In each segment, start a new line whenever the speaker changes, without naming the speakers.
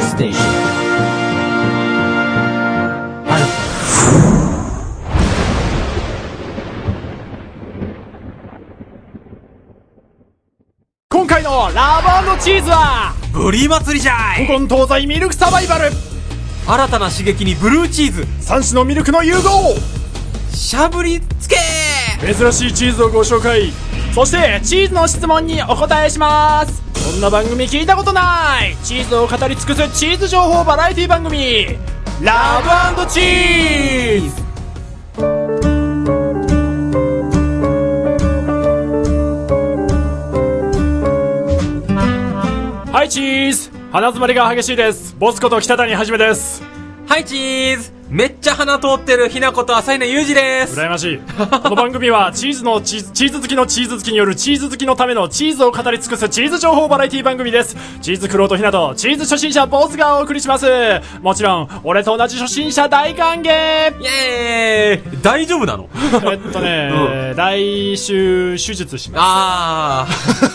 ステーション今回のラブチーズは
ブリー祭りじゃい
古今東西ミルクサバイバル
新たな刺激にブルーチーズ
三種のミルクの融合
しゃぶりつけ
珍しいチーズをご紹介そしてチーズの質問にお答えしますこんな番組聞いたことないチーズを語り尽くすチーズ情報バラエティ番組ラブチーズはいチーズ鼻詰まりが激しいですボスこと北谷はじめです
はいチーズめっちゃ鼻通ってるひなこと浅井のゆうじです
羨ましいこの番組はチーズのチーズチーズ好きのチーズ好きによるチーズ好きのためのチーズを語り尽くすチーズ情報バラエティ番組ですチーズクロートひなとチーズ初心者ボスがお送りしますもちろん俺と同じ初心者大歓迎え
イエーイ大丈夫なの
っとね、来週手術します
あ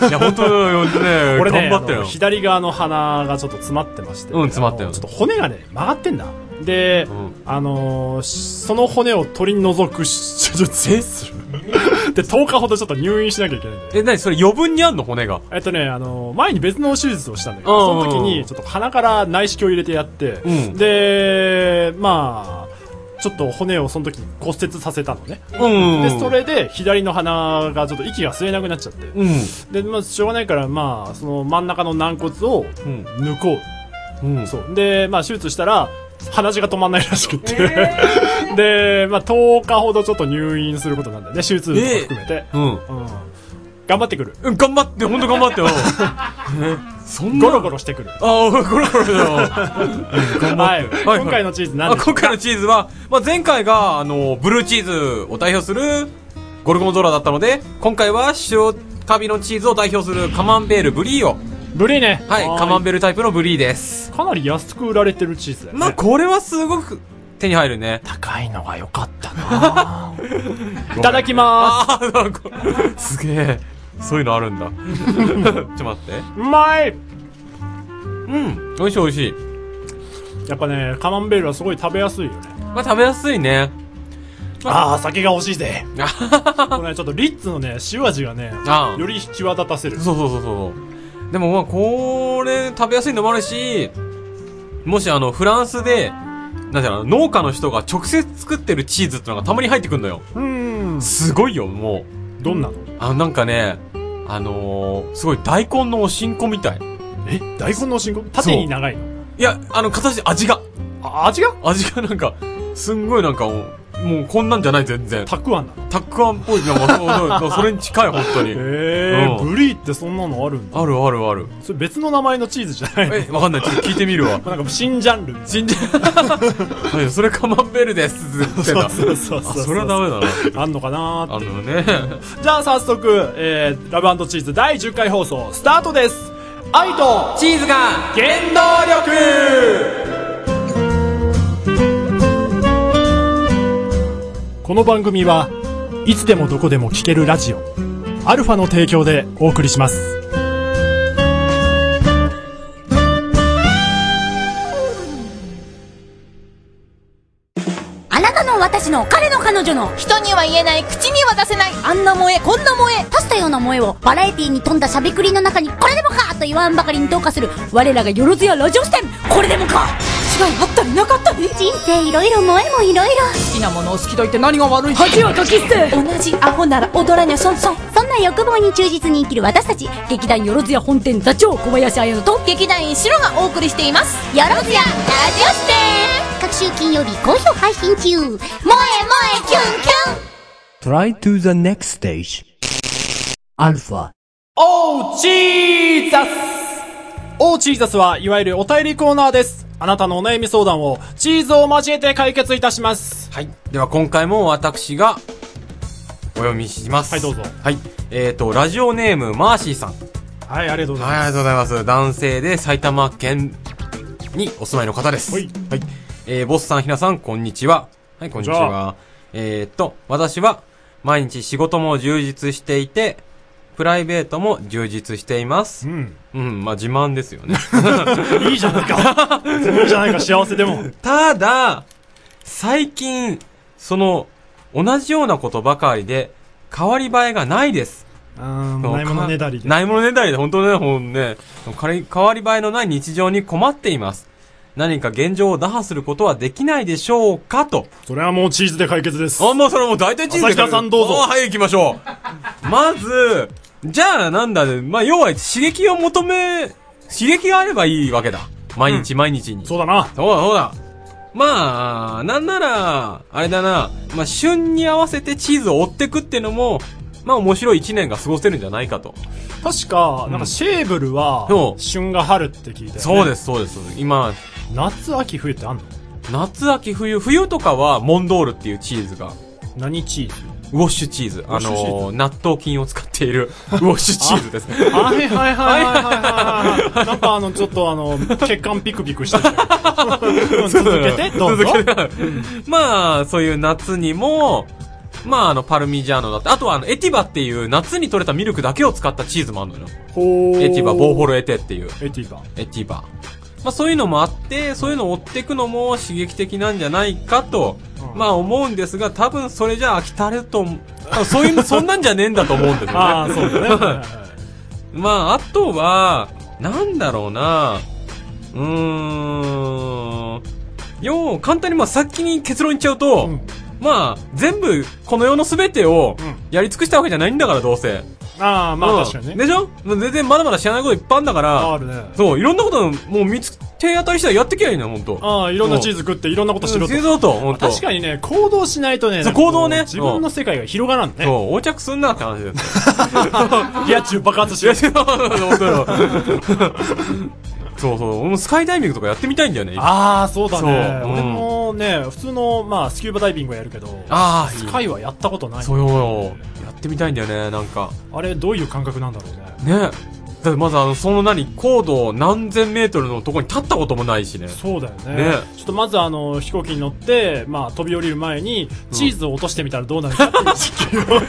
あいや本当よね
俺ね
頑張ってる
あ
よ
の左側の鼻がちょっと詰まってまして、
うん詰まったよ
あのちょっと骨がね曲がってんだで、
ん
あのーその骨を取り除く手術
えする
で10日ほどちょっと入院しなきゃいけないんだよ
え何それ余分にあんの骨が
えっとね、あの、前に別の手術をしたんだけど、そ
うんうんう
の
ん
時に、ちょっと鼻から内視鏡を入れてやって、
うん
で、まあ、ちょっと骨をその時に骨折させたのね。
うん
で、それで、左の鼻がちょっと息が吸えなくなっちゃって。
うん
で、まあ、しょうがないから、まあ、その真ん中の軟骨を
うん
抜こう。
うん
そう。で、まあ、手術したら、鼻血が止まんないらしくって。 で、まあ、10日ほどちょっと入院することなんだよね、手術とか含めて。
うん
うん。頑張ってくる。
うん頑張って本当頑張って よえそんな
ゴロゴロしてくる。
ああ、ゴロゴロだよ。
はい、
はい
今回のチーズ何
あ
でしょ
今
う
回のチーズは、まあ、前回が、あの、ブルーチーズを代表するゴルゴンゾーラだったので、今回は塩カビのチーズを代表するカマンベールブリーを、
ブリーね
はい、カマンベールタイプのブリーです。
かなり安く売られてるチーズだよね、
まあ、これはすごく手に入るね。
高いのが良かったな いただきま
ああ、なんかすげえ。そういうのあるんだ。 ちょっと待って。
ーすうまい
うん。美味しい美味しい。
やっぱねカマンベールはすごい食べやすいよね
まあ、食べやすいね。
ああ酒が欲しい ぜ
あ
これねちょっとリッツのね塩味がね
あー
より引き渡たせる
そうそうそうそう。でもまあ、これ、食べやすいのもあるし、もしあの、フランスで、なんていうの、農家の人が直接作ってるチーズってのがたまに入ってくんだよ。
うーん
すごいよ、も
どんなの
う。あの、なんかね、あのー、すごい大根のおしんこみたい。
え大根の進行縦に長いの
いや、あの、形、味が。
あ味が
味がなんか、すんごいなんか、もうこんなんじゃない、全然。
たくあんなの
たくあんっぽいなんかそうそうそうそれに近い、本当に。
へえ
うん
ブリーってそんなのあるんだ
あるあるある。
それ別の名前のチーズじゃないの
え、わかんない。ちょっと聞いてみる
な
わ。
んか新ジャンル
死んじゃう はい。それカマンベールです。って言ってんだ
そうそうそうそう
あ、それはダメだな。
あんのかなーって
あのね。
じゃあ早速、えー、ラブチーズ第10回放送スタートです愛と
チーズが
原動力この番組はいつでもどこでも聴けるラジオアルファの提供でお送りします
あなたの私の彼の彼女の
人には言えない口には出せない
あんな萌えこんな萌え足したような萌えをバラエティに富んだしゃべくりの中にこれでもかと言わんばかりにどうかする我らがよろずやラジオ視点これでもか違いあったりなかったり
人生いろいろ萌えもいろいろ
好きなものを好きと言って何が悪い
恥をかき捨て
同じアホなら踊らにゃそんそん
そんな欲望に忠実に生きる私たち
劇団よろずや本店座長小林彩乃と
劇団員白がお送りしています
よろ
ラジ
ずや
オ視点
各週金曜日好評配信中萌え萌えキュンキュン
Try to the next stage. Alpha.
おうチーザスおうチーザスはいわゆるお便りコーナーですあなたのお悩み相談をチーズを交えて解決いたします
はい。では今回も私がお読みします。
はいどうぞ
はい。えっ、ー、と、ラジオネーム、マーシーさん。はい、
はいありがとうござい
あ
ま
りがとうございます。男性で埼玉県にお住まいの方です。
はい。
はい。えー、ボスさん、ひなさん、こんにちは。はい、こんにち
こんにち
は。えー、っと、私は、毎日仕事も充実していて、プライベートも充実しています
う。ん。
うん、まあ自慢ですよね。
いいじゃない か。いいじゃないか、幸せでも。
ただ、最近、その、同じようなことばかりで、変わり映えがないです。
うん、ないものねだりで。
ないものねだりで、本当ね、ほんね。変わり映えのない日常に困っています。何か現状を打破することはできないでしょうかと。
それはもうチーズで解決です。
あ、もうそれもう大体チーズで
朝日田さんどうぞ
あはい、行きましょう。まず、じゃあなんだね。まあ、要は刺激を求め、刺激があればいいわけだ。毎日毎日に。
そうだな。
そうだ、そうだ。まあ、なんなら、あれだな、まあ、旬に合わせてチーズを追ってくっていうのも、まあ面白い一年が過ごせるんじゃないかと。
確か、なんかシェーブルは
そ、う
旬が春って聞いて。。
そうですす、そうです。今、
夏、秋、冬ってあんの
夏、秋、冬、冬とかはモンドールっていうチーズが、
何チーズ
ウォッシュチーズ。
ッ
あ
シュチーズ
のー、納豆菌を使っている ウォッシュチーズです。
はいはいはいはいはいはい。 なんかあの、ちょっとあの、血管ピクピクしてる。 続けて、どうぞ。
続けてまあ、そういう夏にも、まあ、あの、パルミジャーノだって、あとはあの、エティバっていう夏に取れたミルクだけを使ったチーズもあるのよ。
ほー
エティバ、ボーフォルエテっていう。
エティバ。
エティバ。まあそういうのもあって、そういうのを追っていくのも刺激的なんじゃないかと、
うん
まあ思うんですが、多分それじゃ飽きたれると思う、多分そ ういう、そんなんじゃねえんだと思うんです
あ
よ
あ、
ね。
そうだね。はいはいはい
まああとは、なんだろうな、うーん、よう、簡単にまあ先に結論言っちゃうと、
うん
まあ全部、この世の全てを
うん
やり尽くしたわけじゃないんだから、どうせ。
ああ、ま
う
あ
ん
確かにね。
でしょ全然まだまだ知らないこといっぱいあるんだから、
あるね。
そう、いろんなこと、もう見つ、手当たりしたらやってきゃいいのよ、ほんと。
ああ、いろんなチーズ食っていろんなことしろと。
製造と、ほんと。
確かにね、行動しないとね、
そう行動ね
なんかこう自分の世界が広がらんね。
そう、横着すんなって話です。
リア充爆発し
いや、
ろ。
違う、本当よ。そうそう、俺もスカイダイビングとかやってみたいんだよね。 あ
ああ、そうだね。
そううん
俺もね、普通の、まあ、スキューバダイビングはやるけど、
あー、
ス
いい
カイはやったことない。
そうよよ。やってみたいんだよね、なんか。
あれ、どういう感覚なんだろうね。
ね。だってまずあの、その何、高度何千メートルのとこに立ったこともないしね。
そうだよね
ね
ちょっとまずあの飛行機に乗って、まあ、飛び降りる前にチーズを落としてみたらどうなるかっていう実験を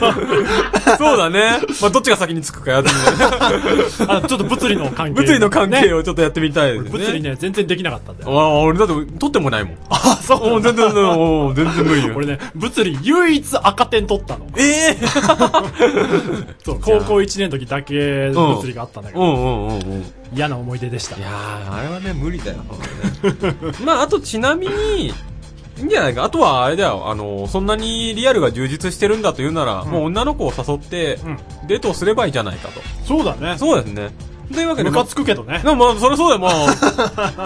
そうだ ね。まあ、どっちが先に着くかやってみたいな。
あちょっと物理の関係
物理の関係
ね
をちょっとやってみたいですね。
物理ね全然できなかったんだ
あ
よ
あ、俺だって、取ってもないもん。
あそ
お全然、お全然無理よ。
俺ね物理唯一赤点取ったの
ええ
そう高校1年の時だけ物理があったんだけ
う
ど、
んうんうんうん。い
嫌な思い出でした
やー、あれはね、無理だよ。まあ、あとちなみに、いいんじゃないか。あとは、あれだよ。あの、そんなにリアルが充実してるんだというなら、もう女の子を誘って、デートをすればいいじゃないかと。
そうだね
そうですね。というわけで、
ム
ま
カ
あ
つくけどね
でもまあ、それそうだよ、ま あ。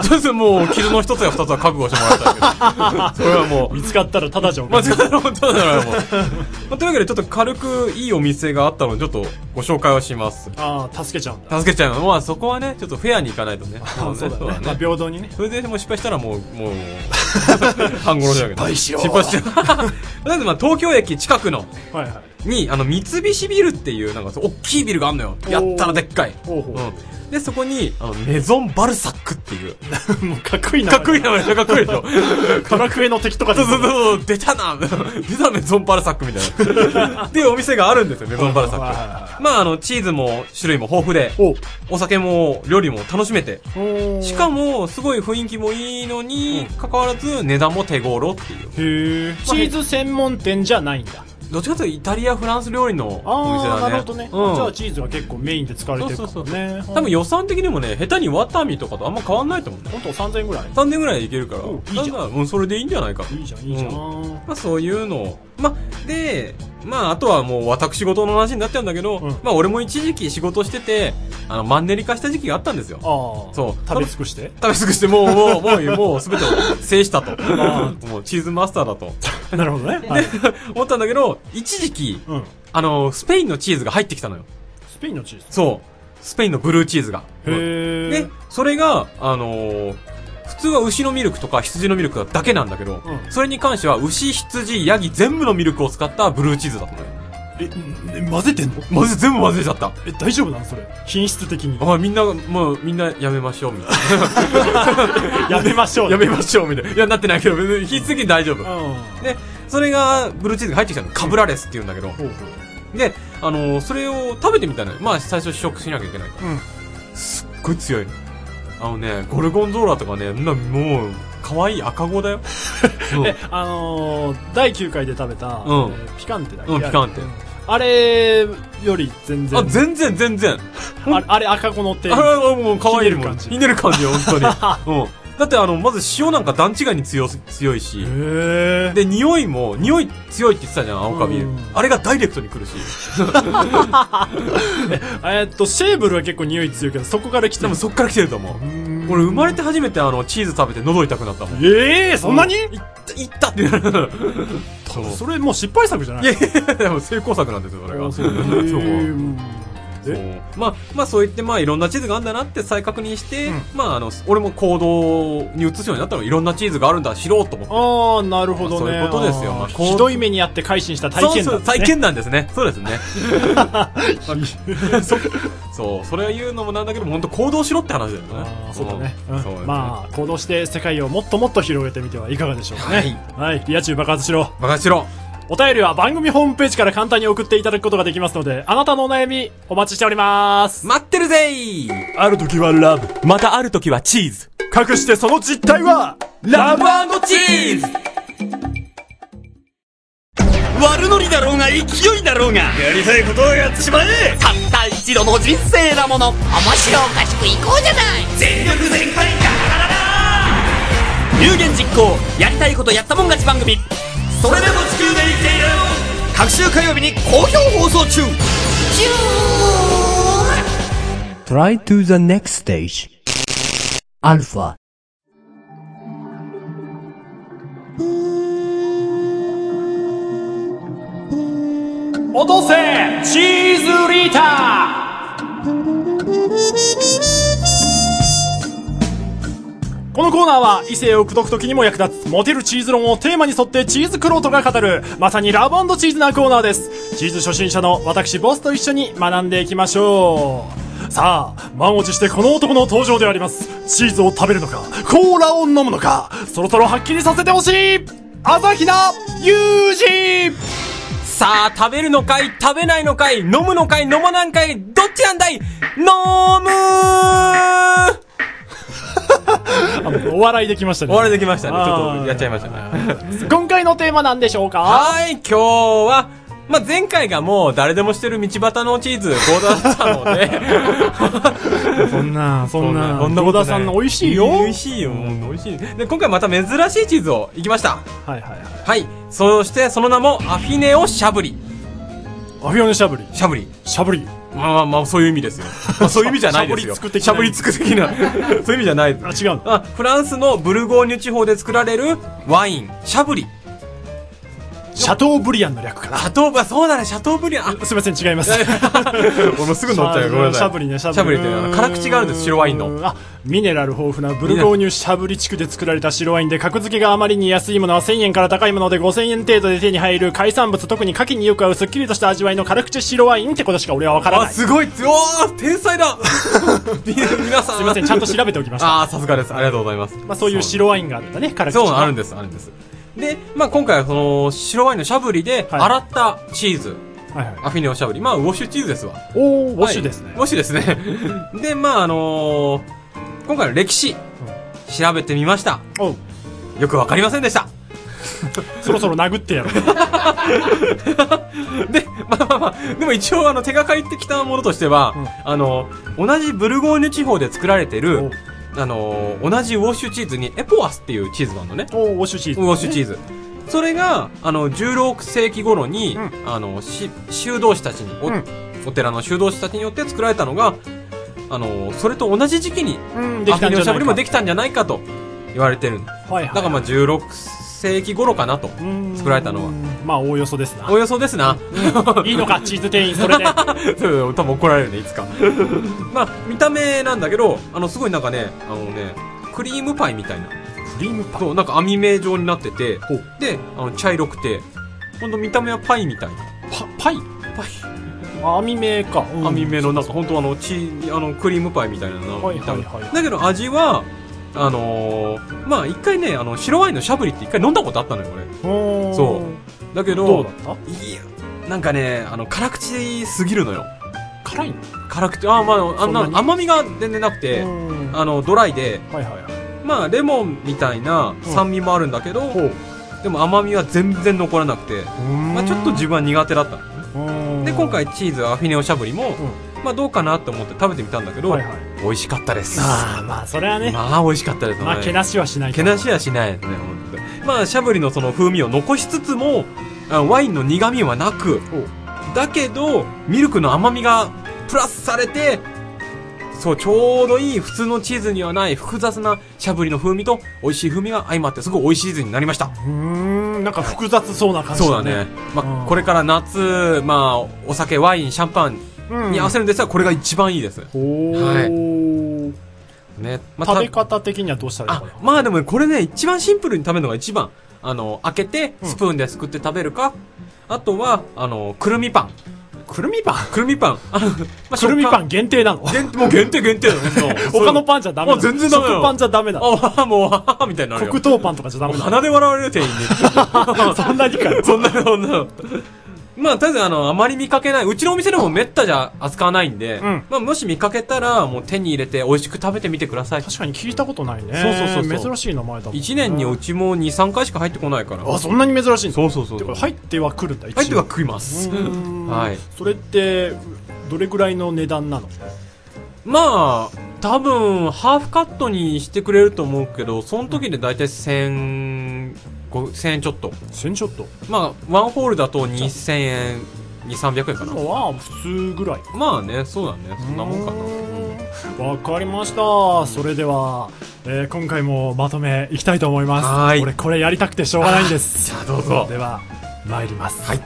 そうですよもう、傷の一つや二つは覚悟してもら いたいけど。それはも う、
見つかったらただじゃん
間違えたことだからもう。まあというわけで、ちょっと軽くいいお店があったので、ちょっとご紹介をします。
ああ助けちゃうんだ
助けちゃうの。まあそこはね、ちょっとフェアに行かないとね。
あーそうだねまあ、平等にね
それでもう失敗したらもう、もう、 半殺しだけど。失敗しよう。失敗しよう。 とりあえずまあ東京駅近くの、
はいはい
に、あの、三菱ビルっていう、なんかそう、大きいビルがあんのよ。
おー
やったらでっかい。
ほうほう
うん。で、そこに、あの、メゾンバルサックって いう。
もうかっこいいな
かっこいい名前でしょ、かっこいいでしょ。
ドラクエの敵とかで
そうそうそう、出たな 出たメゾンバルサックみたい な。っていうお店があるんですよ、メゾンバルサ
はいはい
ッ
は
ク。まあ、あの、チーズも種類も豊富で、
いお
お酒も料理も楽しめて、
お
しかも、すごい雰囲気もいいのに、関わらず、値段も手頃っていう。
へえ。チーズ専門店じゃないんだ。
どっちかというと、イタリア、フランス料理のお店
ああ、
だね。
なるほどね。じゃ
う
あ
ん。
チーズは結構メインで使われてるかもね。
そうそうそう
うん
多分予算的にもね、下手にワタミとかとあんま変わんないと思うね。
本当3000円ぐらい。
3年ぐらいでいけるから。
おいいじゃん
だからうん、それでいいんじゃないか。
いいじゃん、いいじゃん。
うまあそういうのを。まあ、で、まああとはもう私事の話になっちゃうんだけど、
うん
まあ俺も一時期仕事してて、あの、マンネリ化した時期があったんですよ。
ああ。
そう
食べ尽く して。
食べ尽くして、もう、もう、もう、もう、すべてを制したと。
あ
もう、チーズマスターだと。
なるほどね。はい。
思ったんだけど、一時期、
うん。
あの、スペインのチーズが入ってきたのよ。
スペインのチーズ。
そう。スペインのブルーチーズが。
へえ
で。、それが、あのー普通は牛のミルクとか羊のミルクだけなんだけど、
うん
それに関しては牛、羊、ヤギ全部のミルクを使ったブルーチーズだったのよ。
え、え混ぜてんの
まず全部混ぜちゃった。
え、大丈夫なのそれ。品質的に。
あみんな、もうみんなやめましょう、みたい
やめましょう。
な。やめましょう、みたいな。いや、なってないけど、別に引き継ぎ大丈夫
う。ん。
で、それが、ブルーチーズが入ってきたの。カブラレスって言うんだけど、
ほうほう。
で、あのーそれを食べてみたのよ。まあ、最初試食しなきゃいけないから。
うん
すっごい強いの。あのね、ゴルゴンゾーラとかね、なもう、可愛い赤子だよ。そう
え、あのー、第9回で食べた、
うん
えーピカンテだっけ、
うん、ピカンって。
あれより全然
あ、全然、全然。
あれあれ赤子のって
あれはもう可愛いもん。
ひ
ひねる感じよ、本当 に。うん。だってあの、まず塩なんか段違いに強す強いし。
へえ
で、匂いも、匂い強いって言ってたじゃん、青カビ
うん。
あれがダイレクトに来るし。
えーっとシェーブルは結構匂い強いけどそこから来て
でも
る
そっから来てると思う。俺生まれて初めてあの、チーズ食べて喉痛くなったもん。
ええー、そんなに、
いった、いったってなる。そう
それもう失敗作じゃない
いやいやいや、でも成功作なん ですよ、それ
あ
が。
そうへーうん
そうまあ、まあそう言って、まあいろんなチーズがあるんだなって再確認して、
うん
まああの、俺も行動に移すようになったのいろんなチーズがあるんだ、知ろうと思って。
ああなるほどね
まあそういうことですよまあこう
ひどい目にあって改心した体験
そ
談
うそう、
ですね
体験なんですね。そうですね。 そう、それは言うのもなんだけど、本当行動しろって話だよ
あ
ね
ー。そうだね、うん
そうですね
まあ行動して世界をもっともっと広げてみてはいかがでしょうかねはい、リア充爆発しろ
任しろ。
お便りは番組ホームページから簡単に送っていただくことができますのであなたのお悩みお待ちしております
待ってるぜい
ある時はラブ
またある時はチーズ。
かくしてその実態はラブ
ラブチーズ
悪ノリだろうが勢いだろうがやりたいことをやってしまえたった一度の人生だもの面白おかしくいこうじゃない全力全開ガラガラガラ有言実行やりたいことやったもん勝ち番組それでも地球で生きている各週火曜日に好評放送中
Try to the next stage. Alpha.
落とせチーズリーターこのコーナーは異性を口説く時にも役立つモテるチーズ論をテーマに沿ってチーズクロートが語るまさにラブチーズなコーナーですチーズ初心者の私ボスと一緒に学んでいきましょうさあ満を持してこの男の登場でありますチーズを食べるのかコーラを飲むのかそろそろはっきりさせてほしい朝比奈裕二
さあ、食べるのかい食べないのかい飲むのかい飲まないのかいどっちなんだい飲むー
あもうお笑いできましたね。
お笑いできましたね。ちょっ
あー
とやっちゃいましたね。
今回のテーマなんでしょうか
はい、今日は、まあ、前回がもう誰でもしてる道端のチーズ、ゴーダだったので。
そんな、そんな、
こ
野
こと
田
な
さ
い
んの美味しいよ。
美味しいよ、もう美味しい。で、今回また珍しいチーズをいきました。
はいはいはい。
はい。そして、その名も、アフィネオしゃぶり。
アフィオネしゃぶり。
しゃぶり。
しゃぶり。
まあまあまあ、そういう意味ですよ。まあ、そういう意味じゃないですよ。
しゃぶりつく的な
しゃぶりつく的な。そういう意味じゃないです
あ、。違うの。
あフランスのブルゴーニュ地方で作られるワイン、シャブリ。
シャトーブリアンの略かな。
シャトーブ、あそうだね、シャトーブリアン。あ
すいません、違います。
俺もすぐ乗っちゃうよごめんなさい。
しゃぶりね、しゃぶり。
シャブリっていうのは辛口があるんです、白ワインの。
の。あ、ミネラル豊富なブルゴーニュしゃぶり地区で作られた白ワインで、格付けがあまりに安いものは1000円から高いもので5000円程度で手に入る海産物、特に牡蠣によく合うすっきりとした味わいの辛口白ワインってことしか俺はわから
あ、
ない。す
すごい強い天才だ み皆さん。す
いません、ちゃんと調べておきました。
ああ、さすがです。ありがとうございます。
まあそういう白ワインがあるんだね、辛口
そう、
の。
そうあるんです、あるんです。で、まあ今回はその、白ワインのシャブリで、
はい
洗ったチーズ、
はいはい。
アフィネオシャブリ。まあ、ウォッシュチーズですわ。
おー、ウォッシュですね。
はいウォッシュですね。 で、まああのー今回の歴史、調べてみました。
おう
よくわかりませんでした。
そろそろ殴ってやろう。
で、まあまあまあ、でも一応あの手がかりってきたものとしては、
うん
あの、同じブルゴーニュ地方で作られて
お
る、あの、同じウォッシュチーズにエポワスっていうチーズがあるのね。
おー、ウォッシュチーズ。
ウォッシュチーズ。それが、あの、16世紀頃に、
う
あの、し、修道士たちに、お、
うん
お寺の修道士たちによって作られたのが、あの、それと同じ時期に、
うん、できたんじゃ
アフィニオシャブリ
な
も
い
で
か。
きたんじゃないかと言われてる。だ
はいはい。
からまあ16世紀頃かなと。
うん
作られたのは。
まあ、おおよそですな
お。よそですな。
いいのか、チーズ店員、それで。
そう多分怒られるねいつか まあ見た目なんだけどあのすごいなんかねあのねクリームパイみたいな
リームパン。
そうなんか網目状になってて
ほう
であの茶色くてほんと見た目はパイみたいな
パ、パイ
パイ、
網目か。
網目のなんかほんとあのチあのクリームパイみたいなの
はい
見
は
た
い
目
はい。
だけど味はあのー、まあ一回ねあの白ワインのしゃぶりって一回飲んだことあったのよ俺
おー
そうだけど
どうだった
いやなんかね、あの、辛口すぎるのよ。
辛いの
辛口、あ、まあ、あ
そんなに
な甘みが全然なくて、
うん
あの、ドライで、
はいはいはい
まあ、レモンみたいな酸味もあるんだけど、
ほう
でも甘みは全然残らなくて、まあ、ちょっと自分は苦手だった。
分
で、今回チーズアフィネオしゃぶりも、
う
まあ、どうかなと思って食べてみたんだけど、
はいはい
美味しかったです。
ああまあそれはね
まあ、美味しかったですね。
まあけなしはしない
けなしはしないですね、本当にまあ、しゃぶりのその風味を残しつつも、あワインの苦味はなく、だけど、ミルクの甘みがプラスされて、そう、ちょうどいい普通のチーズにはない複雑なしゃぶりの風味と美味しい風味が相まってすごい美味しいチーズになりました。
うーんなんか複雑そうな感じ
そうだね。ま
うん
あ、これから夏、まあ、お酒、ワイン、シャンパン
うん
に合わせるんですが、これが一番いいです。
おお、
はいね。まあ
食べ方的にはどうしたらいいの
あ、まあでもこれね、一番シンプルに食べるのが一番。あの、開けて、
ん
スプーンですくって食べるか、あとは、あの、くるみパン。くるみパンくるみパン。あの、まあ、
くるみパ
ン
ン限定なの
限定、もう限定限定だよ、 ほんと
他のパンじゃダメなの
あ全然ダメなの
食パンじゃダメな
あ、
の
わあもう、わあみたいになるよ。
黒糖パンとかじゃダメなの
鼻で笑われる店員に。
そんなにかよ
そんな、そんな。まあ、とりあえず、あの、あまり見かけない。うちのお店でもめったじゃ扱わないんで、
ん
まあ、もし見かけたら、もう手に入れて美味しく食べてみてください。
確かに聞いたことないね
そうそうそうそう
珍しい名前だもんね
一年にうちも2、3回しか入ってこないから。
あそんなに珍しいんだ
そうそうそう
てか入ってはくるんだ一応
入っては食います。は。
はいそれってどれぐらいの値段なの
まあ、多分、ハーフカットにしてくれると思うけど、その時で大体1000、5000円ちょっと。
1000ちょっと
まあ、ワンホールだと2000円、2、300円かな。
今は普通ぐらい
まあね、そうだね。そんなもんかな。
わかりましたそれでは、えー今回もまとめいきたいと思います
はーい
俺これやりたくてしょうがないんですじゃあど
うぞ
では参りますはい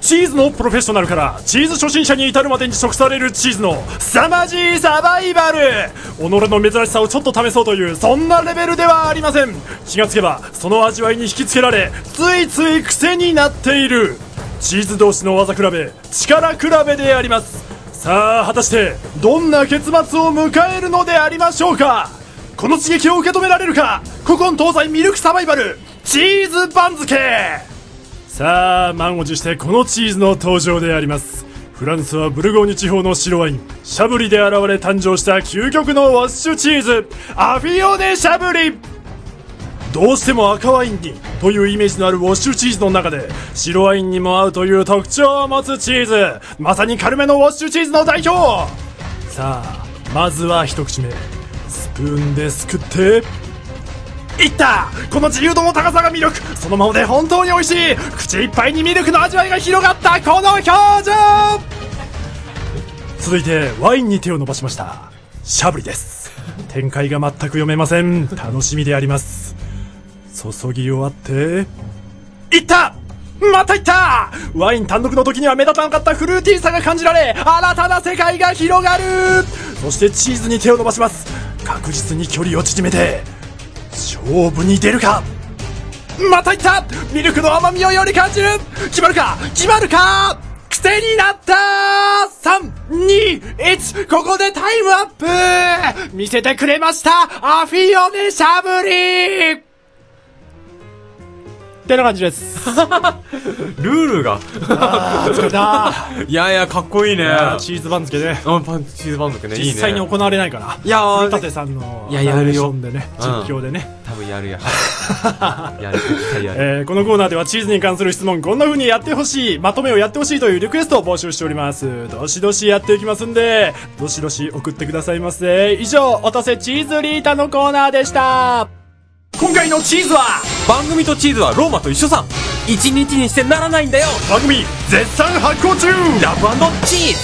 チーズのプロフェッショナルからチーズ初心者に至るまでに食されるチーズの凄まじいサバイバル己の珍しさをちょっと試そうというそんなレベルではありません気がつけばその味わいに引きつけられついつい癖になっているチーズ同士の技比べ力比べでありますさあ果たしてどんな結末を迎えるのでありましょうかこの刺激を受け止められるか古今東西ミルクサバイバルチーズ番付さあ満を持してこのチーズの登場でありますフランスはブルゴーニュ地方の白ワインシャブリで現れ誕生した究極のワッシュチーズアフィオネシャブリどうしても赤ワインにというイメージのあるウォッシュチーズの中で白ワインにも合うという特徴を持つチーズまさに軽めのウォッシュチーズの代表さあまずは一口目スプーンですくっていったこの自由度の高さが魅力そのままで本当に美味しい口いっぱいにミルクの味わいが広がったこの表情続いてワインに手を伸ばしましたしゃぶりです展開が全く読めません楽しみであります注ぎ終わっていったまたいったワイン単独の時には目立たなかったフルーティーさが感じられ新たな世界が広がるそしてチーズに手を伸ばします確実に距離を縮めて勝負に出るかまたいったミルクの甘みをより感じる決まるか決まるか癖になった321ここでタイムアップ見せてくれましたアフィオネしゃぶりってな感じです。
ルールが。
疲れた。
いやいや、かっこいいね。
あーチーズ番付ね。
あパンチーズバンドね、いいね。
実際に行われないから。
いやー
古舘さんの
いややるよ
ナレーションでね、
うん
実況でね。
多分やるや る。やる、絶対やる。
えーこのコーナーではチーズに関する質問、こんな風にやってほしい、まとめをやってほしいというリクエストを募集しております。どしどしやっていきますんで、どしどし送ってくださいませ。以上、おとせチーズリータのコーナーでした。今回のチーズは、
番組とチーズはローマと一緒さ。一日にしてならないんだよ
番組絶賛発行中
ラブチーズ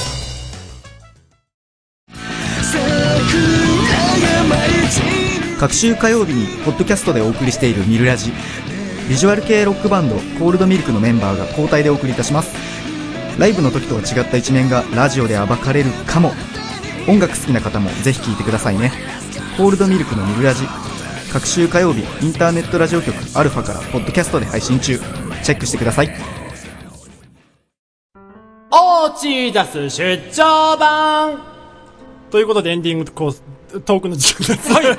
各週火曜日にポッドキャストでお送りしている「ミルラジ」ビジュアル系ロックバンドコールドミルクのメンバーが交代でお送りいたしますライブの時とは違った一面がラジオで暴かれるかも音楽好きな方もぜひ聴いてくださいねコールドミルクの「ミルラジ」各週火曜日インターネットラジオ局アルファからポッドキャストで配信中チェックしてください
オーチーザス出張版ということでエンディングコーストークの時間です。はい。はい。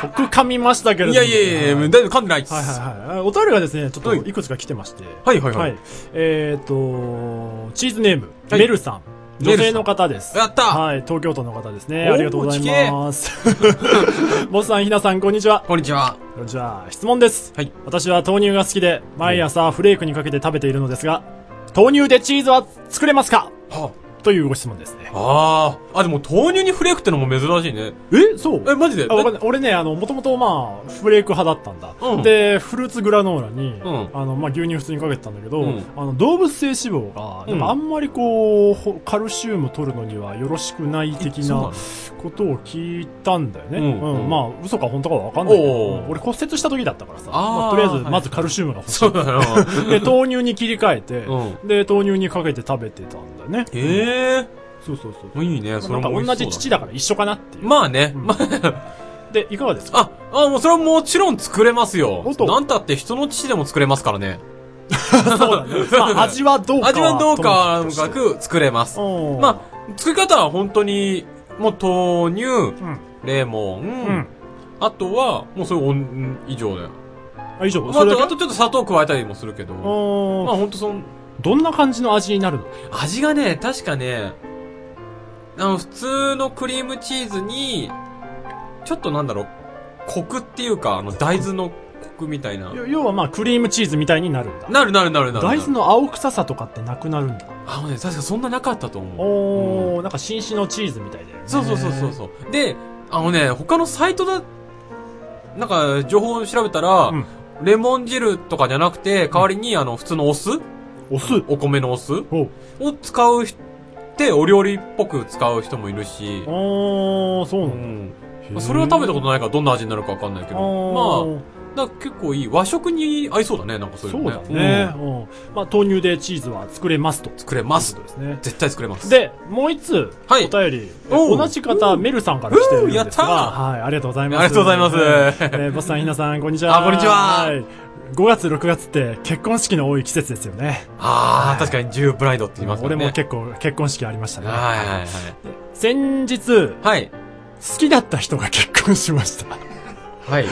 即噛みましたけれども。
いやいやいやいや、
は
だい
い
ぶ噛んでないっす。
はいはいはい。お便りがですね、ちょっと
はい
いくつか来てまして。
はいはいはい
えっ、と、チーズネーム、
はい
メルさん。
メルさん
女性の方です。
やった
はい、東京都の方ですね。
おー
ありがとうございます。 ボスさん、ひなさん、こんにちは。
こんにちは。
じゃあ、質問です。
はい
私は豆乳が好きで、毎朝フレークにかけて食べているのですが、豆乳でチーズは作れますか
は
というご質問ですね。
ああ。あ、でも豆乳にフレークってのも珍しいね。
えそう
え、マジで
あわかんない俺ね、あの、もともとまあ、フレーク派だったんだ。
うん
で、フルーツグラノーラに、
ん
あの、まあ、牛乳普通にかけてたんだけど、
うん
あの、動物性脂肪が、
うん
でもあんまりこうほ、カルシウム取るのにはよろしくない的
えそうな
な
の
ことを聞いたんだよね。
うん
うん
うん
まあ、嘘か本当かはわかんないけど、
おー
うん俺骨折した時だったからさ、
あー
まあとりあえず、
はい
まずカルシウムが欲しい。
そうだよ。
で、豆乳に切り替えて、
う
で、豆乳にかけて食べてたんだよね。
ええ
そうそうそう。
ー。いいね、それ
なんか
も美味しそうだ。
同じ父だから一緒かなっていう。
まあね。
うん
まあ、
で、いかがですか
あ、あ、もうそれはもちろん作れますよ
おっ。と
なんたって人の父でも作れますからね。
そうだね。まあ、味はどうか。
味はどうかは
と
も
もか
か
く
く作れます。
うん
まあ、作り方は本当に、もう豆乳、
ん
レモン、
ん
あとは、もうそれおん以上だよ。
あ、以上、
まあ、
そ
あ
れだ
と、
け
あとちょっと砂糖加えたりもするけど。
う
ま
ーん
あ本当その、
どんな感じの味になるの
味がね、確かね、あの、普通のクリームチーズに、ちょっとなんだろう、コクっていうか、あの、大豆のコクみたいな。
よ要はまあ、クリームチーズみたいになるんだ。
なるなるなるなる。
大豆の青臭さとかってなくなるんだ。
あのね、確かそんななかったと思う。
おー、なんか新種のチーズみたいだよね。
そうそうそうそうそう。で、あのね、他のサイトだ、なんか、情報を調べたら、
うん
レモン汁とかじゃなくて、代わりに、あの、普通のお酢
お酢。
お米のお酢を
おう
使う人って、お料理っぽく使う人もいるし、
おー、そう
う
なんだ。
ん。まあそれは食べたことないからどんな味になるかわかんないけ
け
ど、まあ、だから結構いい。和食に合いそうだね、なんかそういう
そう
の
だね。
うん
うんまあ、豆乳でチーズは作れますと。
作れます
という。ことですね。
絶対作れます。
で、もう一つ、お
はい
便り、え
おう
同じ方、メルさんから来てるんですが、
うーやった
はい、ありがとうございます。
ありがとうございます
えーボスさん、ひなさん、こんにちは。。
あこんにちはい
5月、6月って結婚式の多い季節ですよね。
ああ、確かにジューブライドって言いますか
俺
らね。
も結構結婚式ありましたね。
はいはいはい。
先日、
はい。
好きだった人が結婚しました。
はい。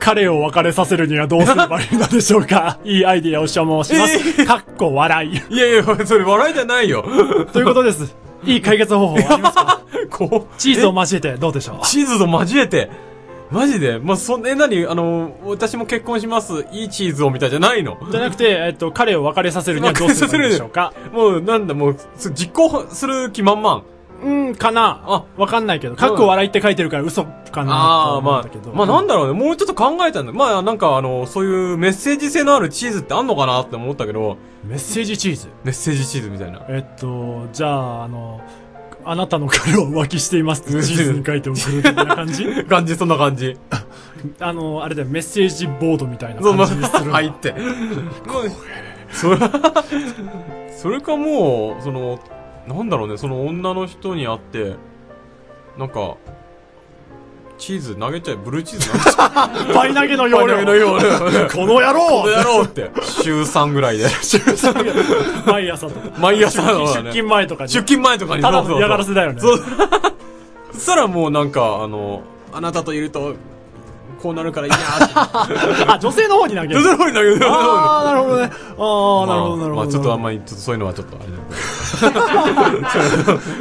彼を別れさせるにはどうすればいいのでしょう かいいアイディアを所望します。かっこ笑い。
いやいや、それ笑いじゃな いよ。
ということです。いい解決方法はありますか
こう、
チーズを交えてどうでしょう
チーズと交えて、マジでまあ、そんな、え、なに、あの、私も結婚します、いいチーズをみたいじゃないの。
じゃなくて、えっと、彼を別れさせるにはどうすればいいんでしょうか
もう、なんだ、もう、す実行する気満々。
うん、かな
あ
わかんないけど、かっこ笑いって書いてるから嘘かな
あ
と
あ、
思っ
ま
たけど。
あ、まあなんだろうね、もうちょっと考えたんだ。まあなんかあの、そういうメッセージ性のあるチーズってあんのかなって思ったけど、
メッセージチーズ。
メッセージチーズみたいな。
えっと、じゃあ、あの、あなたの彼を浮気していますってチーズに書いて送るみたいな感 じ
感じ、そんな感じ。
あの、あれだよ、メッセージボードみたいな
そう、ま
感じ
あ、
にするの。
入って。もうそれ、それかもう、その、なんだろうね、その女の人に会って、なんか、チーズ投げちゃえ、ブルーチーズ投げちゃ
パイ投げの
え。
よう
投げのようね。
この野
この
郎
野郎って。週3ぐらいで。
毎朝とか。
毎朝
出
の、
勤出
ね、
勤前とかに。
出勤前とかに
ただ
そうそうそ
の
う
嫌がらせだよね。
そう。 そしたらもうなんか、あの、あなたといると、こうなるからいいな って。
あ、女性の方に投げ
どう
る。
せ俺だけど、
あー、なるほどね。あー、なるほど、
ま
な
あ
るほど。
まあちょっとあんまり、ちょっとそういうのはちょっとあれだ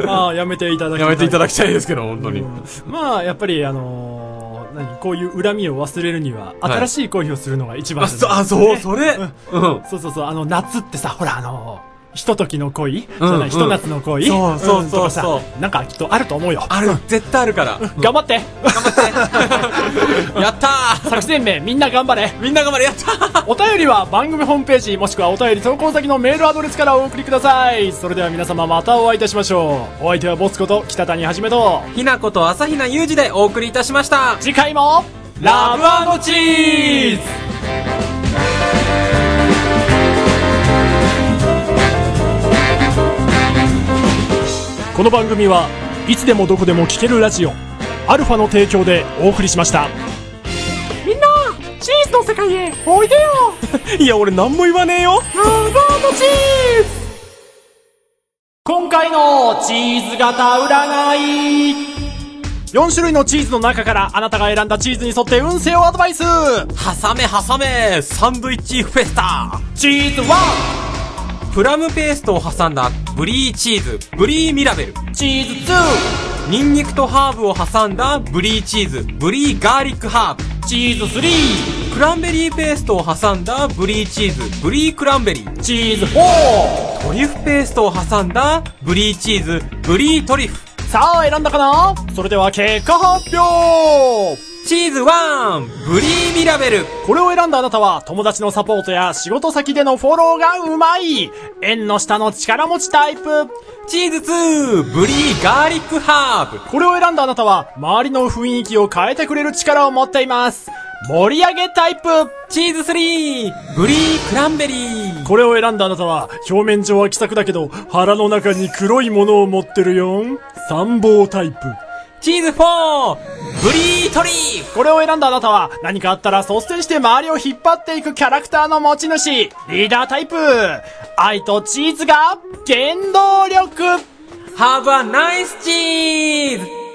け
ああ、やめていただき
どやめていた
だ
だきたいですけど、本当に。
まあ、やっぱり、あのー何、こういう恨みを忘れるには、
はい
新しい恋をするのが一
あ、
番じ
そ
ゃ
う、
ない
あ、そう、それ。うん。
そうそうそう、あの、夏ってさ、ほら、あのーひとときの恋、じ
うん
ゃない、ひと夏の恋、
そうそうそうん
とかさ
そ
なんかきっとあると思うよ。
ある、絶対あるから。
頑張って
やったー
作戦名、みんな頑張 れ
みんな頑張れ、やったー
お便りは番組ホームページ、もしくはお便り投稿先のメールアドレスからお送りください。それでは皆様またお会いいたしましょう。お相手はボスこと北谷はじめと、
ひなこと朝比奈ゆうじでお送りいたしました。
次回も、
ラブチーズ
この番組はいつでもどこでも聴けるラジオアルファの提供でお送りしましたみんなチーズの世界へおいでよ いや俺何も言わねえよラバーのチーズ今回のチーズ型占い4種類のチーズの中からあなたが選んだチーズに沿って運勢をアドバイス
挟め挟めサンドイッチフェスタ
チーズ1
プラムペーストを挟んだブリーチーズ、ブリーミラベル。
チーズ2
ニンニクとハーブを挟んだブリーチーズ、ブリーガーリックハーブ。
チーズ3
クランベリーペーストを挟んだブリーチーズ、ブリークランベリー。
チーズ4
トリュフペーストを挟んだブリーチーズ、ブリートリュフ。
さあ選んだかなそれでは結果発表
チーズ1、ブリーミラベル。
これを選んだあなたは友達のサポートや仕事先でのフォローがうまい縁の下の力持ちタイプ
チーズ2、ブリーガーリックハーブ。
これを選んだあなたは周りの雰囲気を変えてくれる力を持っています盛り上げタイプ
チーズ3、ブリークランベリー。
これを選んだあなたは、表面上は気さくだけど、腹の中に黒いものを持ってるよん。参謀タイプ。
チーズ4、ブリートリーフ。
これを選んだあなたは、何かあったら率先して周りを引っ張っていくキャラクターの持ち主。リーダータイプ。愛とチーズが、原動力。
ハーブはナイスチーズ